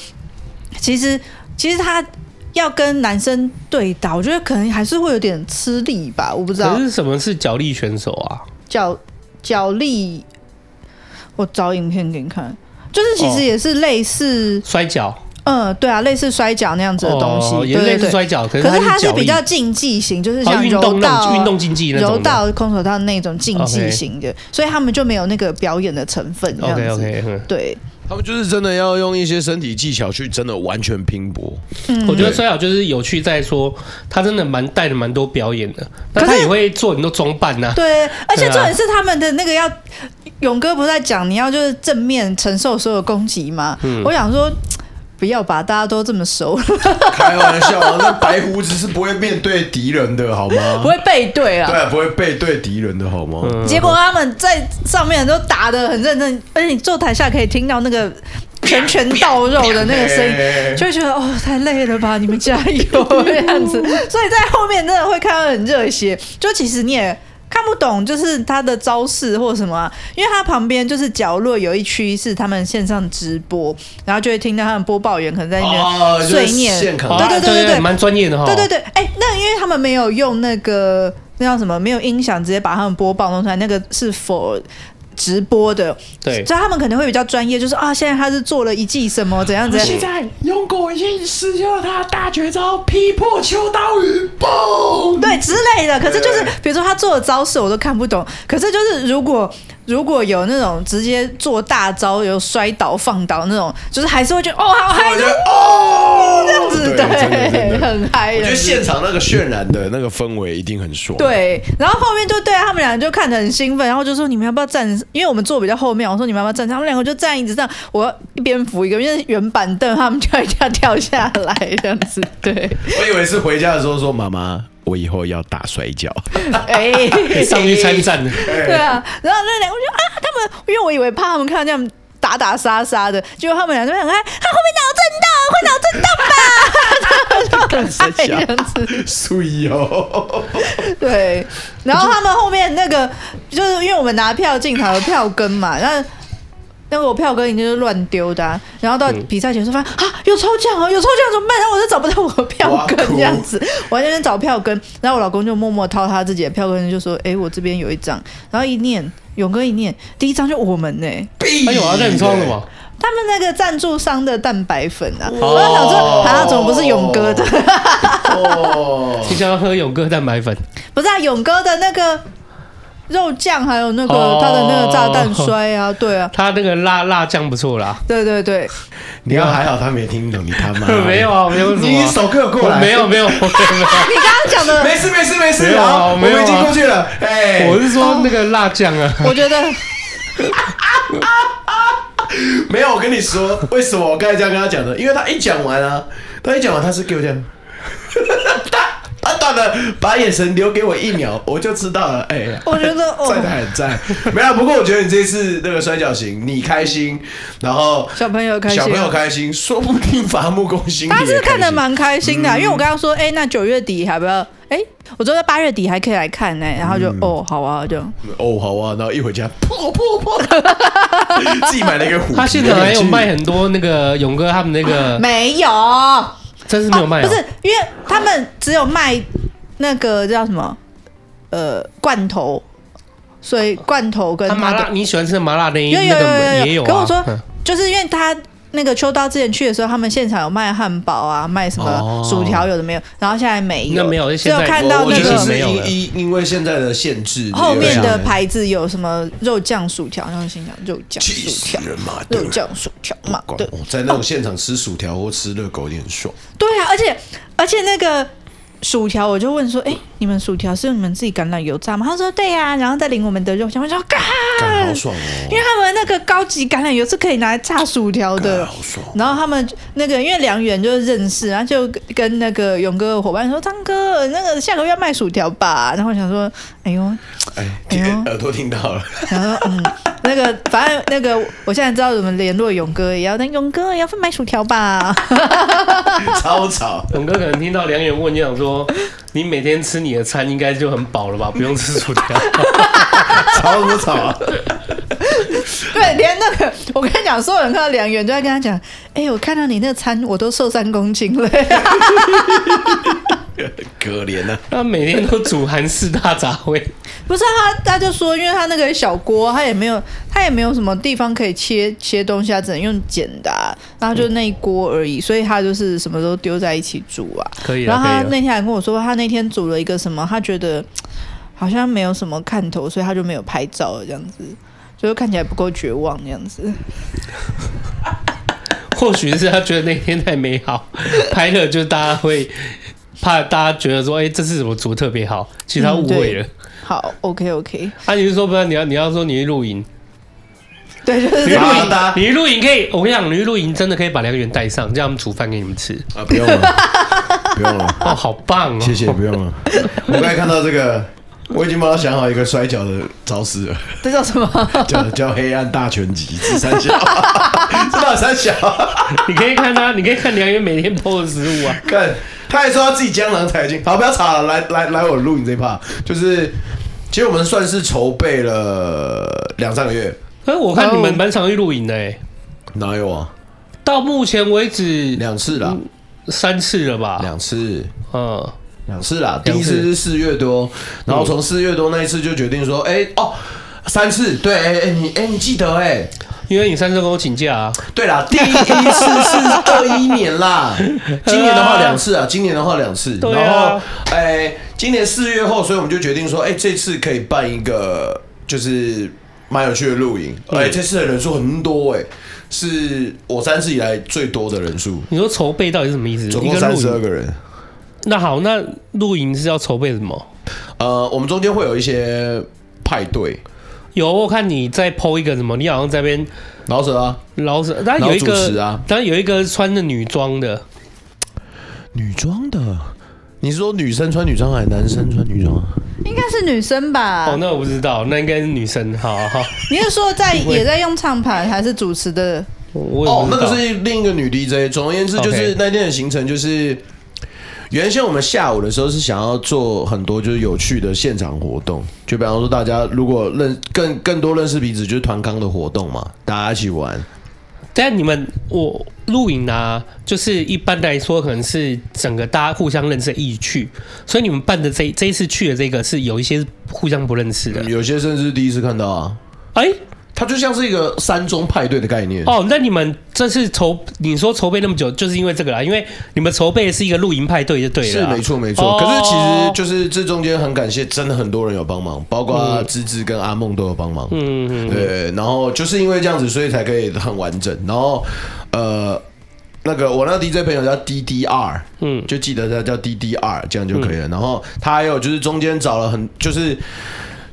C: 其实其实她要跟男生对打，我觉得可能还是会有点吃力吧，我不知道
D: 可。是什么是脚力选手啊？
C: 脚脚力，我找影片给你看，就是其
D: 哦
C: 实也是类似。
D: 摔跤
C: 嗯，对啊，类似摔跤那样子的东西，
D: 哦、
C: 对
D: 也
C: 对
D: 类似
C: 对。
D: 摔跤，可
C: 可是它
D: 它
C: 是
D: 脚
C: 比
D: 力
C: 较竞技型，就是
D: 哦
C: 像
D: 运
C: 柔
D: 动那
C: 道、啊
D: 种运动竞技那种的
C: 柔道、空手道那种竞技型的所以他们就没有那个表演的成分这样子。
D: OK OK，嗯
C: 对，
B: 他们就是真的要用一些身体技巧去真的完全拼搏。
D: 我
C: 嗯
D: 觉得摔跤就是有趣在说，他真的蛮带了蛮多表演的，那
C: 可
D: 他
C: 是
D: 也会做很多装扮呐、
C: 对，而且
D: 对啊
C: 重点是他们的那个要，勇哥不是在讲你要就是正面承受所有攻击吗？
D: 嗯
C: 我想说，不要吧，大家都这么熟，
B: 开玩笑啊，那白胡子是不会面对敌人的好吗？
C: *laughs* 不会背对啊。
B: 对啊，不会背对敌人的好吗？
C: 结果他们在上面都打得很认真，而且你坐台下可以听到那个拳拳到肉的那个声音，就会觉得哦太累了吧，你们加
D: *laughs*
C: 油这样子。所以在后面真的会看到很热血，就其实你也。看不懂就是他的招式或什么啊、因为他旁边就是角落有一区是他们线上直播，然后就会听到他们播报员可能在那
B: 哦
C: 边
B: 就是
C: 碎念，
B: 现
D: 哦
B: 场
C: 对对对对对，
D: 蛮专业的哈。
C: 对对对，哎、那因为他们没有用那个那叫什么，没有音响，直接把他们播报弄出来，那个是否？直播的，
D: 对
C: 所以他们可能会比较专业，就是啊，现在他是做了一季什么，怎样怎样，
E: 在勇狗已经施加了他的大绝招劈破秋刀鱼，嘣！
C: 对之类的。可是就是，比如说他做的招式我都看不懂，可是就是如果如果有那种直接做大招，有摔倒放倒那种，就是还是会觉得哦，好嗨，
B: 我
C: 就
B: 觉得哦，
C: 这样子，
B: 对真的真的
C: *laughs* 很嗨。
B: 我觉得
C: 这样子
B: 现场那个渲染的那个氛围一定很爽。，
C: 对，然后后面就对他们两个就看得很兴奋，然后就说你们要不要站？因为我们坐比较后面，我说你们要不要站？他们两个就站椅子上，我一边扶一个，因为原板凳他们就一下跳下来这样子。
B: *laughs*
C: 对，
B: 我以为是回家的时候说妈妈，我以后要打摔跤。
C: *laughs* 哎、
D: 上去参战的，
C: 对啊，然后那两个就啊，他们因为我以为怕他们看到这样打打杀杀的，结果他们俩就很嗨，他后面
B: 干
C: 脑震荡，会脑震荡吧，这样子。
B: *laughs* 睡
C: *laughs*
B: 哦，
C: *laughs* 对，然后他们后面那个就是因为我们拿票进场有票根嘛，然后那个我票根已经是乱丢的啊、然后到比赛结束发现啊有抽奖哦，有抽奖怎么办？然后我就找不到我的票根
B: 哇酷
C: 这样子，我在那边找票根，然后我老公就默默掏他自己的票根，就说：“哎，我这边有一张。”然后一念，勇哥一念，第一张就我们呢、
D: 哎呦，要认创什么？
C: 他们那个赞助商的蛋白粉啊，
D: 哦
C: 我就想说，啊，怎么不是勇哥的？ *laughs*
B: 哦，
D: 你想要喝勇哥蛋白粉？
C: 不是啊，勇哥的那个肉酱，还有那个、
D: 哦
C: 他的那个炸弹摔啊，对啊，
D: 他那个辣辣酱不错啦。
C: 对
B: *laughs*
C: 对对，
B: 你要还好，他没听懂，你他妈
D: *laughs* 没有，啊，没有什么啊。
B: 你手给我过来
D: 我没有没有，我没
C: 你刚刚讲的，
B: 没事没事没
D: 没
B: 事
D: 有啊
B: 好
D: 我没有啊
B: 们已经过去了，哎
D: 有， *laughs* 哦我是说那个辣酱啊。
C: 我觉得
B: 没有，我跟你说，为什么我刚才这样跟他讲的？因为他一讲完啊，他一讲完，他是给我这样，他他算了，把眼神留给我一秒，我就知道了。哎、
C: 我觉得哦
B: 赞的很赞，没有。不过我觉得你这次那个摔跤行，你开心，然后
C: 小朋友开心
D: 啊
B: 小朋友开心，说不定伐木工心里也
C: 他是看
B: 开
C: 的
B: 心
C: 蛮开心
B: 嗯
C: 的啊、因为我跟他说，哎、那九月底还不要？哎、我说在八月底还可以来看呢、然后
B: 嗯
C: 就、哦，好啊，就
B: 哦，好啊。然后一回家，破破破， *laughs* 自己买了一个虎皮的面具，
D: 他现场还有卖很多那个勇哥他们那
B: 呃
D: 个，
C: 没有，
D: 真是没有卖、
C: 哦，不是，因为他们只有卖那个叫什么呃罐头，所以罐头跟
D: 他麻
C: 那
D: 辣
C: 个
D: 你喜欢吃的麻辣那一
C: 有有
D: 那
C: 有
D: 个
C: 有
D: 也有啊。
C: 可我说
D: 嗯
C: 就是因为他。那个秋刀之前去的时候，他们现场有卖汉堡啊，卖什
D: 哦
C: 么薯条，有的没有，然后现在没有，
D: 那没有
C: 只
D: 现
C: 有
D: 在
C: 看
B: 我
C: 到
B: 我
C: 那
B: 觉
C: 个
B: 得
D: 是
B: 是
D: 没有
B: 因
D: 了
B: 因因为现在的限制，
C: 后面
B: 对
C: 的
B: 啊
C: 牌子有什么肉酱薯条，然后心想肉酱
B: 气
C: 薯
B: 死
C: 条，
B: 人嘛，对
C: 肉酱薯条嘛，
B: 管
C: 对
B: 我在那种现场吃薯条或吃热狗也很爽。
C: 对啊，而且而且那个薯条，我就问说，哎、你们薯条是你们自己橄榄油炸吗？他说对呀、然后再淋我们的肉酱，我说嘎，
B: 干好爽哦
C: 因为他们那个高级橄榄油是可以拿来炸薯条的
B: 干好爽。
C: 然后他们那个因为梁远就认识，然后就跟那个勇哥的伙伴说，张哥，那个下个月要卖薯条吧。然后我想说，哎呦，
B: 哎，
C: 哎呦
B: 听耳朵听到了，
C: 然后嗯， *laughs* 那个反正那个，我现在知道怎么联络勇哥，也要那勇哥也要去买薯条吧。
B: 超吵。
D: 勇哥可能听到梁远问，就想说：“你每天吃你的餐应该就很饱了吧？不用吃
C: *laughs*
D: 薯条。
B: 吵什么吵啊？
C: 对，连那个我跟你讲，所有人看到梁远就在跟他讲，哎、我看到你那个餐，我都瘦三公斤了。 *laughs*
B: 可怜啊！”
D: 他每天都煮韩式大杂烩，
C: 不是他，他就说，因为他那个小锅，他也没有，他也没有什么地方可以切切东西，他只能用剪的、啊，然后就那一锅而已，所以他就是什么都丢在一起煮啊。
D: 可以
C: 然
D: 了，
C: 后
D: 可
C: 他
D: 以了。
C: 那天还跟我说，他那天煮了一个什么，他觉得嘖好像没有什么看头，所以他就没有拍照了，这样子，就是看起来不够绝望这样子。
D: 或许是他觉得那天太美好，拍了就大家会怕大家觉得说：“哎、这次怎么煮得特别好？”其实他误会
C: 嗯
D: 了。
C: 好，OK OK，
D: 啊，你是说不要你要你要说你去露营，
C: 对，就是
D: 你
C: 这
D: 去
C: 样
D: 露
B: 好
D: 营
B: 的，
D: 你去露营可以，我跟你讲，你去露营真的可以把梁远带上，这样我们煮饭给你们吃。
B: 啊，不用了，不用了。
D: 哦，好棒哦！
B: 谢谢，不用了。我刚才看到这个，我已经帮他想好一个摔跤的招式了，
C: 这叫什么？
B: *laughs* 叫叫黑暗大拳击，是三小， *laughs* 是大三小。
D: 你可以看他，你可以看梁远每天 PO 的食物啊。
B: 看，他还说他自己江郎才尽。好，不要吵了，来来来，我录你这一趴。就是，其实我们算是筹备了两三个月，
D: 哎，我看你们蛮常去露营的、哎。
B: 哪有啊？
D: 到目前为止
B: 哦两次啦，
D: 三次了吧？
B: 两次。
D: 嗯，
B: 两次啦，第
D: 啊两
B: 一
D: 次
B: 次是四月多，然后从四月多那一次就决定说，哎、哦，三次，对，哎、哎你哎、你记得哎、
D: 因为你三次跟我请假啊，
B: 对啦，第一次是二一年啦，今年的话两次啊，今年的话两次，
D: 对啊
B: 然后哎、今年四月后，所以我们就决定说，哎、这次可以办一个就是蛮有趣的露营，哎、这次的人数很多哎、是我三次以来最多的人数，
D: 你说筹备到底是什么意思？
B: 总
D: 一
B: 共
D: 个
B: 三
D: 露
B: 十二
D: 营。
B: 个人。
D: 那好，那露营是要筹备什么？
B: 呃，我们中间会有一些派对，
D: 有，我看你在 PO 一个什么，你好像在那边
B: 老舍啊，
D: 老是，当然有一
B: 然后主持
D: 个，
B: 啊
D: 当然有一个穿着女装的，
B: 女装的，你是说女生穿女装还是男生穿女装啊？
C: 应该是女生吧？
B: 啊
D: 哦，那我不知道，那应该是女生，好好，好
C: *laughs* 你是说在也在用唱盘，还是主持的？
D: 我
B: 哦
D: 也，不
B: 那
D: 知道
B: 个是另一个女 DJ。总而言之，就是
D: OK
B: 那天的行程就是。原先我们下午的时候是想要做很多就是有趣的现场活动，就比方说大家如果认更更多认识彼此，就是团康的活动嘛，大家一起玩。
D: 但你们我露营啊，就是一般来说可能是整个大家互相认识的一起去，所以你们办的这这一次去的这个是有一些是互相不认识的。
B: 有些甚至第一次看到啊，
D: 哎、
B: 它就像是一个山中派对的概念。
D: 哦，那你们这次筹你说筹备那么久，就是因为这个啦，因为你们筹备是一个露营派对就对了
B: 是
D: 啦，
B: 没错没错。
D: 哦
B: 可是其实就是这中间很感谢，真的很多人有帮忙，包括芝芝跟阿梦都有帮忙。
D: 嗯嗯，嗯嗯
B: 对，然后就是因为这样子，所以才可以很完整。然后呃，那个我那个 DJ 朋友叫 DDR，
D: 嗯
B: 就记得他叫 DDR，这样就可以了。然后他还有就是中间找了很，就是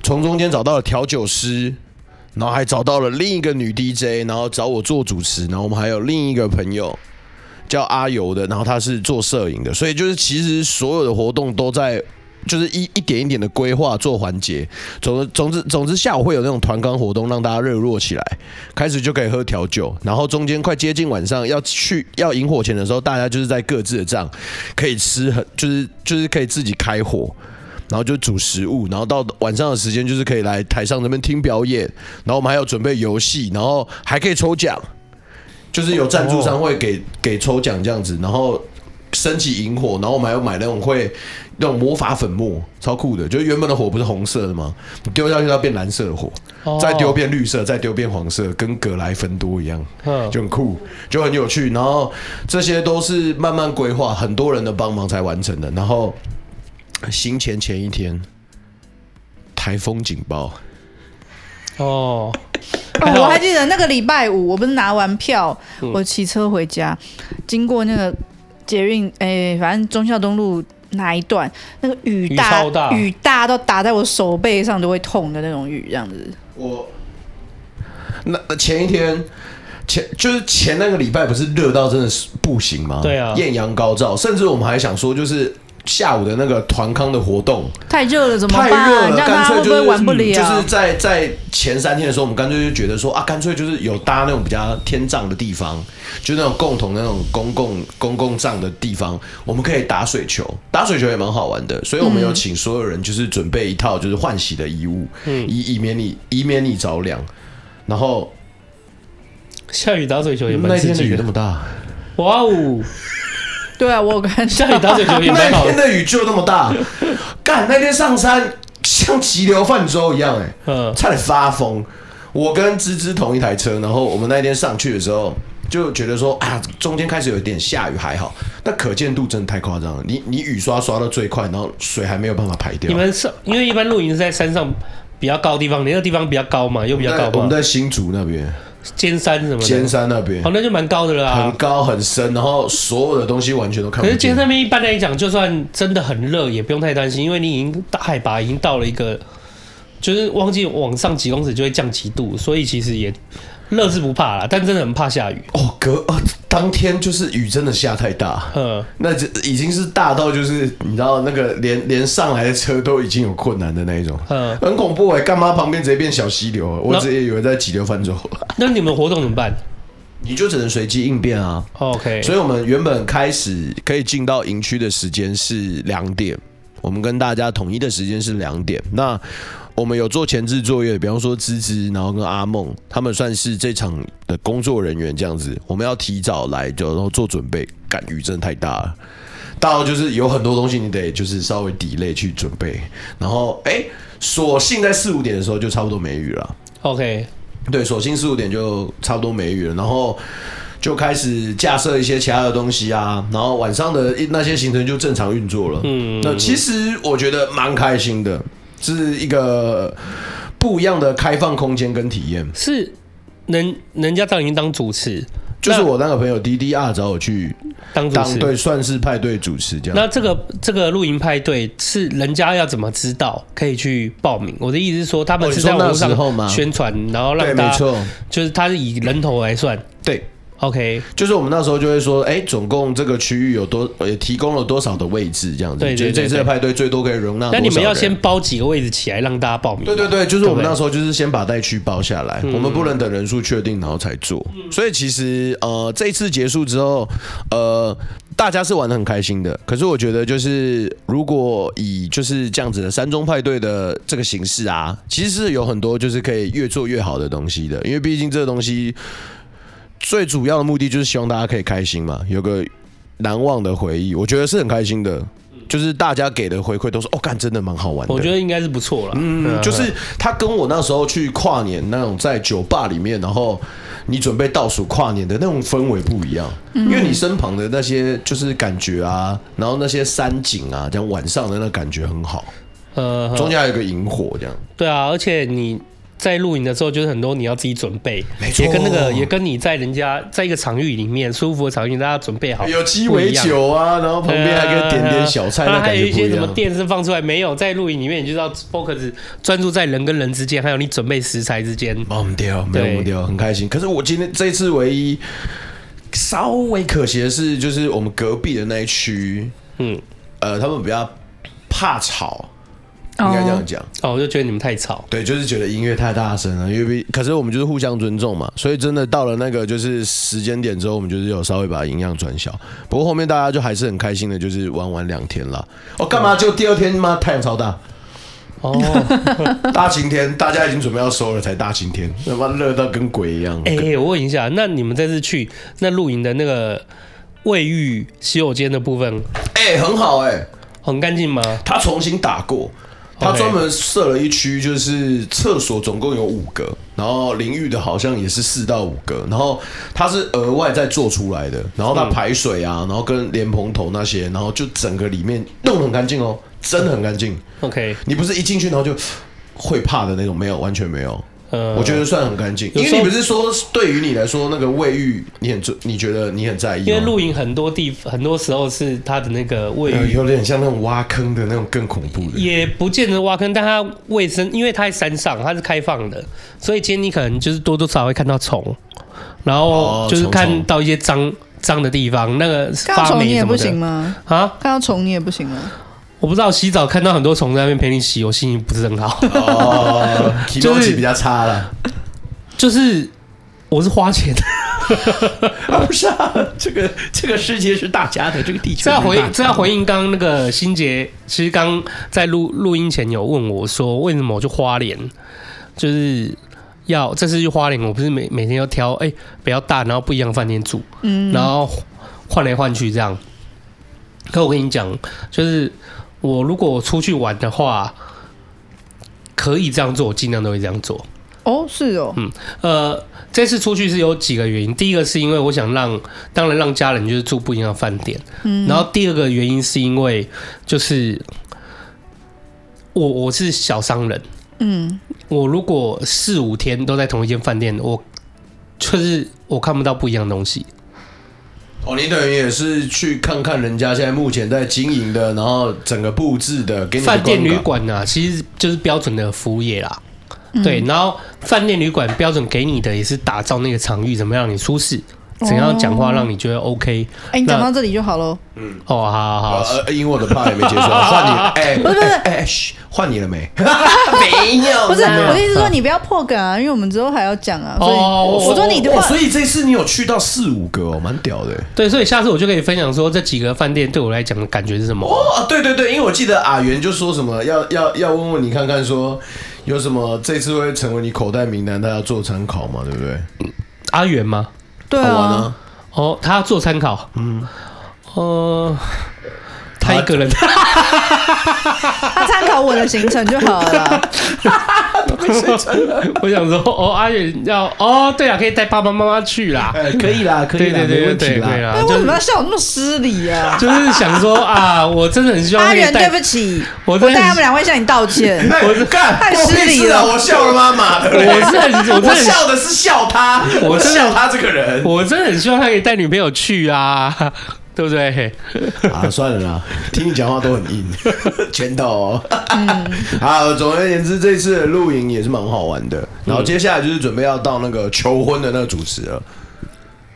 B: 从中间找到了调酒师。然后还找到了另一个女 DJ，然后找我做主持，然后我们还有另一个朋友，叫阿尤的，然后他是做摄影的，所以就是其实所有的活动都在。就是一一点一点的规划做环节，总总之总之下午会有那种团康活动，让大家热络起来。开始就可以喝调酒，然后中间快接近晚上要去要引火前的时候，大家就是在各自的帐可以吃很就是就是可以自己开火，然后就煮食物，然后到晚上的时间就是可以来台上那边听表演，然后我们还有准备游戏，然后还可以抽奖，就是有赞助商会给给抽奖这样子，然后升起引火，然后我们还有买那种会那种魔法粉末，超酷的。就是原本的火不是红色的吗？你丢下去它变蓝色的火，
D: 哦
B: 再丢变绿色，再丢变黄色，跟格莱芬多一样，
D: 嗯
B: 就很酷，就很有趣。然后这些都是慢慢规划，很多人的帮忙才完成的。然后行前前一天，台风警报。
D: 哦，
C: 哦，
D: 还好嗯
C: 我还记得那个礼拜五，我不是拿完票，我骑车回家，经过那个捷运，哎，反正忠孝东路那一段，那个雨大
D: 雨超大
C: 雨大到打在我手背上都会痛的那种雨，这样子。
B: 我那那前一天。前就是前那个礼拜不是热到真的是不行吗？
D: 对啊
B: 艳阳高照，甚至我们还想说，就是下午的那个团康的活动
C: 太热了，怎么
B: 太
C: 办？
B: 热
C: 这
B: 了，
C: 样大
B: 干
C: 家
B: 脆
C: 会不
B: 就是嗯
C: 会玩不啊了？
B: 就是在在前三天的时候，我们干脆就觉得说啊，干脆就是有搭那种比较天帐的地方，就那种共同的那种公共公共帐的地方，我们可以打水球，打水球也蛮好玩的。所以我们有请所有人就是准备一套就是换洗的衣物，嗯以以免你以免你着凉。然后
D: 下雨打水球也蛮
B: 那
D: 刺
B: 天的
D: 激
B: 雨那
D: 的。
B: 么大，
D: 哇哦，
C: 对啊，我有看
D: 下雨打水球也
B: *laughs*
D: 蛮
B: 那
D: 好
B: 天
D: 的。
B: 的雨就那么
D: *laughs*
B: 大，干那天上山像急流泛舟一样、哎。
D: 嗯，
B: 差点发疯。我跟芝芝同一台车，然后我们那天上去的时候就觉得说啊，中间开始有一点下雨还好，但可见度真的太夸张了。你你雨刷刷到最快，然后水还没有办法排掉。
D: 你们是因为一般露营是在山上比较高的地方，你那个地方比较高嘛，又比
B: 我
D: 较
B: 们在
D: 高
B: 我
D: 嘛
B: 们，在新竹那边，
D: 尖山什么的。
B: 尖山那边
D: 哦，那就蛮高的了
B: 很
D: 啊。
B: 高很深，然后所有的东西完全都看不
D: 可是
B: 见。
D: 尖山那边一般来讲，就算真的很热，也不用太担心，因为你已经大海拔已经到了一个，就是忘记往上几公尺就会降几度，所以其实也热是不怕啦，但真的很怕下雨。
B: 哦，隔哦，当天就是雨真的下太大。
D: 嗯，
B: 那这已经是大到就是你知道那个连连上来的车都已经有困难的那一种，
D: 嗯
B: 很恐怖哎、干嘛旁边直接变小溪流了？我
D: 那
B: 直接以为在急流泛舟，
D: 那你们活动怎么办
B: 你就只能随机应变啊。
D: ？OK，
B: 所以我们原本开始可以进到营区的时间是两点，我们跟大家统一的时间是两点。那我们有做前置作业，比方说芝芝，然后跟阿梦，他们算是这场的工作人员这样子。我们要提早来，就然后做准备。赶雨真的太大了，大到就是有很多东西你得就是稍微 delay 去准备。然后哎、所幸在四五点的时候就差不多没雨了。
D: OK，
B: 对，索性四五点就差不多没雨了，然后就开始架设一些其他的东西啊，然后晚上的一那些行程就正常运作了。嗯，那其实我觉得蛮开心的，是一个不一样的开放空间跟体验。
D: 是人人家当已经当主持，
B: 就是
D: 那
B: 我那个朋友 DDR 找我去
D: 当主
B: 当
D: 持。
B: 对算是派对主持这样。
D: 那这个这个露营派对是人家要怎么知道可以去报名？我的意思是说，他
B: 哦
D: 们
B: 你
D: 是
B: 说
D: 在网络
B: 那时候吗
D: 上宣传，然后
B: 对，
D: 让
B: 没
D: 大家
B: 错，
D: 就是他是以人头来算。
B: 对，
D: OK，
B: 就是我们那时候就会说，哎、总共这个区域有多，也提供了多少的位置这样子。
D: 对对
B: 就是
D: 对
B: 这次的
D: 对
B: 派对最多可以容啊纳多少
D: 那
B: 人。
D: 你们要先包几个位置起来让大家报名。
B: 对对对，就是我们
D: 对不对嗯
B: 那时候就是先把带区包下来，我们不能等人数确定然后才做。所以其实呃，这一次结束之后，呃，大家是玩的很开心的。可是我觉得就是如果以就是这样子的山中派对的这个形式啊，其实是有很多就是可以越做越好的东西的，因为毕竟这个东西最主要的目的就是希望大家可以开心嘛，有个难忘的回忆，我觉得是很开心的。就是大家给的回馈都是哦，干真的蛮好玩的。
D: 我觉得应该是不错了。
B: 嗯，
D: 啊
B: 就是他跟我那时候去跨年那种在酒吧里面，然后你准备倒数跨年的那种氛围不一样，
D: 嗯
B: 因为你身旁的那些就是感觉啊，然后那些山景啊，这样晚上的那感觉很好，
D: 呃，
B: 中间还有一个萤火这样。
D: 对啊，而且你在露营的时候，就是很多你要自己准备，
B: 没错
D: 也跟那个也跟你在人家在一个场域里面舒服的场域，大家准备好
B: 有鸡
D: 不一
B: 尾
D: 样。
B: 酒啊，然后旁边还可以点点小菜，
D: 对啊
B: 那
D: 还
B: 感
D: 有
B: 觉
D: 一
B: 不
D: 些
B: 一
D: 什么
B: 样。
D: 电视放出来没有？在录影里面，你就知道 focus 专注在人跟人之间，还有你准备食材之间。
B: 忘不掉，没有
D: 对
B: 忘不掉，很开心。可是我今天这一次唯一稍微可惜的是，就是我们隔壁的那一区，
D: 嗯，
B: 呃，他们比较怕吵，应该这
C: 哦
B: 样，讲。
D: 哦，我就觉得你们太吵，
B: 对，就是觉得音乐太大声了，因为可是我们就是互相尊重嘛，所以真的到了那个就是时间点之后，我们就是有稍微把音量转小。不过后面大家就还是很开心的，就是玩玩两天啦。
D: 嗯
B: 哦，干嘛就第二天妈太阳超大，
D: 哦，
B: *laughs* 大晴天，大家已经准备要收了才大晴天，他妈热到跟鬼一样。
D: 哎、欸我问一下，那你们这次去那露营的那个卫浴、洗手间的部分
B: 哎、很好哎、
D: 很干净吗？
B: 他重新打过，他
D: OK
B: 专门设了一区，就是厕所总共有五个，然后淋浴的好像也是四到五个，然后它是额外再做出来的，然后它排水啊，然后跟莲蓬头那些，然后就整个里面弄得很干净哦，
D: 嗯
B: 真的很干净。
D: OK，
B: 你不是一进去然后就会怕的那种，没有，完全没有。
D: 呃，
B: 我觉得算很干净，因
D: 有
B: 为
D: 时候
B: 你不是说对于你来说那个卫浴，你很注你觉得你很在意吗，
D: 因为露营很多地很多时候是它的那个卫
B: 呃
D: 浴。
B: 有点像那种挖坑的那种更恐怖的。
D: 也不见得挖坑，但它卫生，因为它在山上，它是开放的，所以今天你可能就是多多少少会看到虫，然
B: 哦
D: 后就是
B: 虫
D: 看
B: 虫
D: 到一些脏脏的地方，那个
C: 看到
D: 发
C: 虫你
D: 霉
C: 也
D: 什
C: 不
D: 么
C: 行
D: 的
C: 吗？
D: 啊，
C: 看到虫你也不行吗？
D: 我不知道洗澡看到很多虫在那边陪你洗，我心情不是很好。
B: *laughs*
D: *laughs*
B: 哦，体
D: 就
B: 重
D: 是
B: 级比较差了。
D: 就是我是花钱，
E: 啊，不是啊，这个这个世界是大家的，这个地球是
D: 这要回
E: 大家啊的
D: 这要回应刚刚那个新杰，其实刚在录录音前有问我说，为什么我去花莲，就是要这次去花莲，我不是每每天要挑哎、比较大，然后不一样的饭店住，
C: 嗯，
D: 然后换来换去这样。可我跟你讲，就是我如果出去玩的话，可以这样做，我尽量都会这样做。
C: 哦，是哦，
D: 呃，这次出去是有几个原因，第一个是因为我想让，当然让家人就是住不一样的饭店，
C: 嗯，
D: 然后第二个原因是因为就是我我是小商人，
C: 嗯，
D: 我如果四五天都在同一间饭店，我就是我看不到不一样的东西，
B: 哦，你等于也是去看看人家现在目前在经营的，然后整个布置的，给你的
D: 饭店
B: 观感
D: 旅馆啊，其实就是标准的服务业啦。
C: 嗯
D: 对，然后饭店旅馆标准给你的也是打造那个场域，怎么样让你舒适，怎样讲话让你觉得 OK。
C: 哎，你讲
D: 那
C: 到这里就好喽。
D: 哦，好好好，
B: 呃，呃因为我的怕也没结 *laughs* 束，换你，哎，不是不是，哎，嘘换你了没？ *laughs* 没有，
C: 不是，
B: 哦没有嗯
C: 我的意思是说你不要破梗啊，因为我们之后还要讲啊。所以
D: 哦我
C: 我说你的
B: 哦
C: 话，
B: 所以这次你有去到四五个哦，蛮屌的。
D: 对，所以下次我就可以分享说这几个饭店对我来讲的感觉是什么。
B: 哦，对对对，因为我记得阿元就说什么要要要问问你看看说有什么这次会成为你口袋名单，大家做参考嘛，对不对？
D: 阿元吗？
C: 对
B: 好玩
C: 啊，
B: 啊，
D: 哦，他要做参考。嗯，呃，他一个人，
C: 他参考我的行程就好了啦。
D: *laughs* 我想说，哦，阿元要，哦，对啊，可以带爸爸妈妈去啦。
E: 呃
B: 哎，可以啦，可
D: 对
B: 以啦，
D: 对对
B: 没
D: 对
B: 问题
D: 对
B: 啦
D: 对。啦
C: 那，为
D: 就
C: 什么
D: 是
C: 要哎笑我那么失礼啊？
D: 就是想说啊，我真的很希望
C: 阿
D: 可以
C: 元，对
D: 带
C: 不起，
D: 我
C: 我
D: 真的
C: 代他们两位向你道歉。
B: *laughs* 我是哎干
C: 太失
B: 关我屁事
C: 礼
B: 啊
C: 了
B: 我笑了妈妈的嘞，
D: 我是很我真的
B: 我 *laughs* 笑的是笑他，
D: *laughs* 我
B: 我
D: 真的
B: 笑他这个人。
D: 我真的很希望他可以带女朋友去啊， *laughs* 对不对？
B: 啊，算了啦，听你讲话都很 *laughs* 硬，拳头、哦。好，总而言之，这次的露营也是蛮好玩的。然后接下来就是准备要到那个求婚的那个主持了，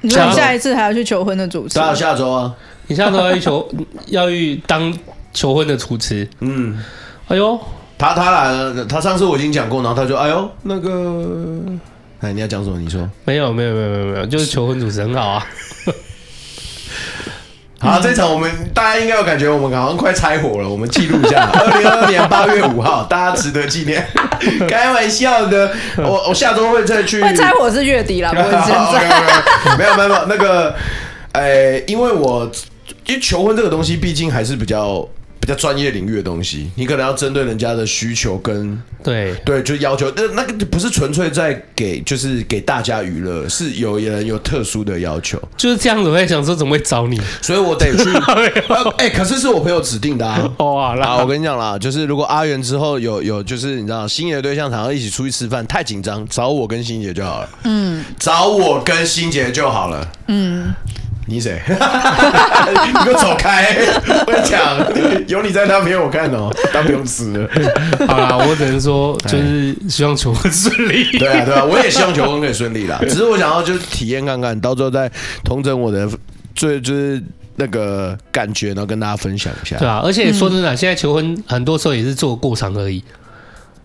C: 你说
D: 下
C: 你下一次还要去求婚的主持
B: 大，家下周啊，
D: 你下次要去求要去当求婚的厨师，
B: 嗯。
D: 哎呦，
B: 他他来了，他上次我已经讲过，然后他就哎呦那个，哎你要讲什么？你说
D: 没有没有没有没有没有，就是求婚主持很好 *laughs* 啊。
B: 好，这场我们大家应该有感觉，我们好像快拆火了。我们记录一 *laughs* 下，二零二二年八月五号，大家值得纪 *laughs* 念。开玩笑的，我我下周会再去。
C: 会猜 *laughs* 我是月底啦，
B: *laughs*
C: 不会现在。
B: 没有没有没有那个，哎，因为我因为求婚这个东西，毕竟还是比较比较专业领域的东西，你可能要针对人家的需求跟
D: 对，
B: 对，就要求那那个不是纯粹在给，就是给大家娱乐，是有人有特殊的要求，
D: 就是这样子，我在想说怎么会找你？
B: 所以我得去。呃 *laughs* 哎、可是是我朋友指定的啊。
D: 哦
B: 啊，
D: 啊
B: 我
D: 啦，
B: 跟你讲啦，就是如果阿元之后有有就是你知道心仪的对象，想要一起出去吃饭，太紧张，找我跟欣姐就好了。嗯，找我跟欣姐就好了。你谁？ *laughs* 你给我走开！我跟你讲，有你在那边，我看哦，当不用吃了。
D: *laughs* 好啦，我只能说，就是希望求婚顺利。
B: 对啊，对啊，我也希望求婚可以顺利啦。只是我想要就是体验看看，到最后再同整我的最就是那个感觉，然后跟大家分享一下。
D: *laughs* 对啊，而且说真的啊，现在求婚很多时候也是做过场而已，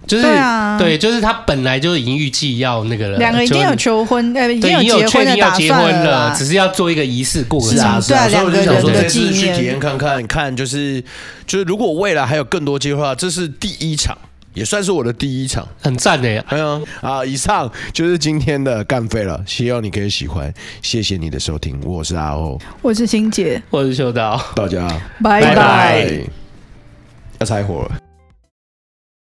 D: 就是
C: 对啊
D: 对就是他本来就已经预计要那个了，
C: 两个已经有
D: 婚
C: 求婚，呃，已
D: 对
C: 经
D: 已经
C: 结
D: 确
C: 婚的
D: 定要
C: 打
D: 结
C: 算
D: 婚
C: 啦。
D: 只是要做一个仪式过个
B: 是
D: 场。
B: 啊，是啊，
C: 对
B: 所以
C: 啊
B: 我就想说
C: 两个人
B: 这
C: 的
B: 次
C: 纪
B: 去
C: 念
B: 体验看看，看就是就是，如果未来还有更多机会的话，这是第一场，也算是我的第一场。
D: 很赞哎、
B: 哎呀，啊，以上就是今天的干废了，希望你可以喜欢，谢谢你的收听，我是阿欧，
C: 我是欣姐，
D: 我是秀导。
B: 大家
C: 拜拜
D: 拜拜。
B: 要拆火了。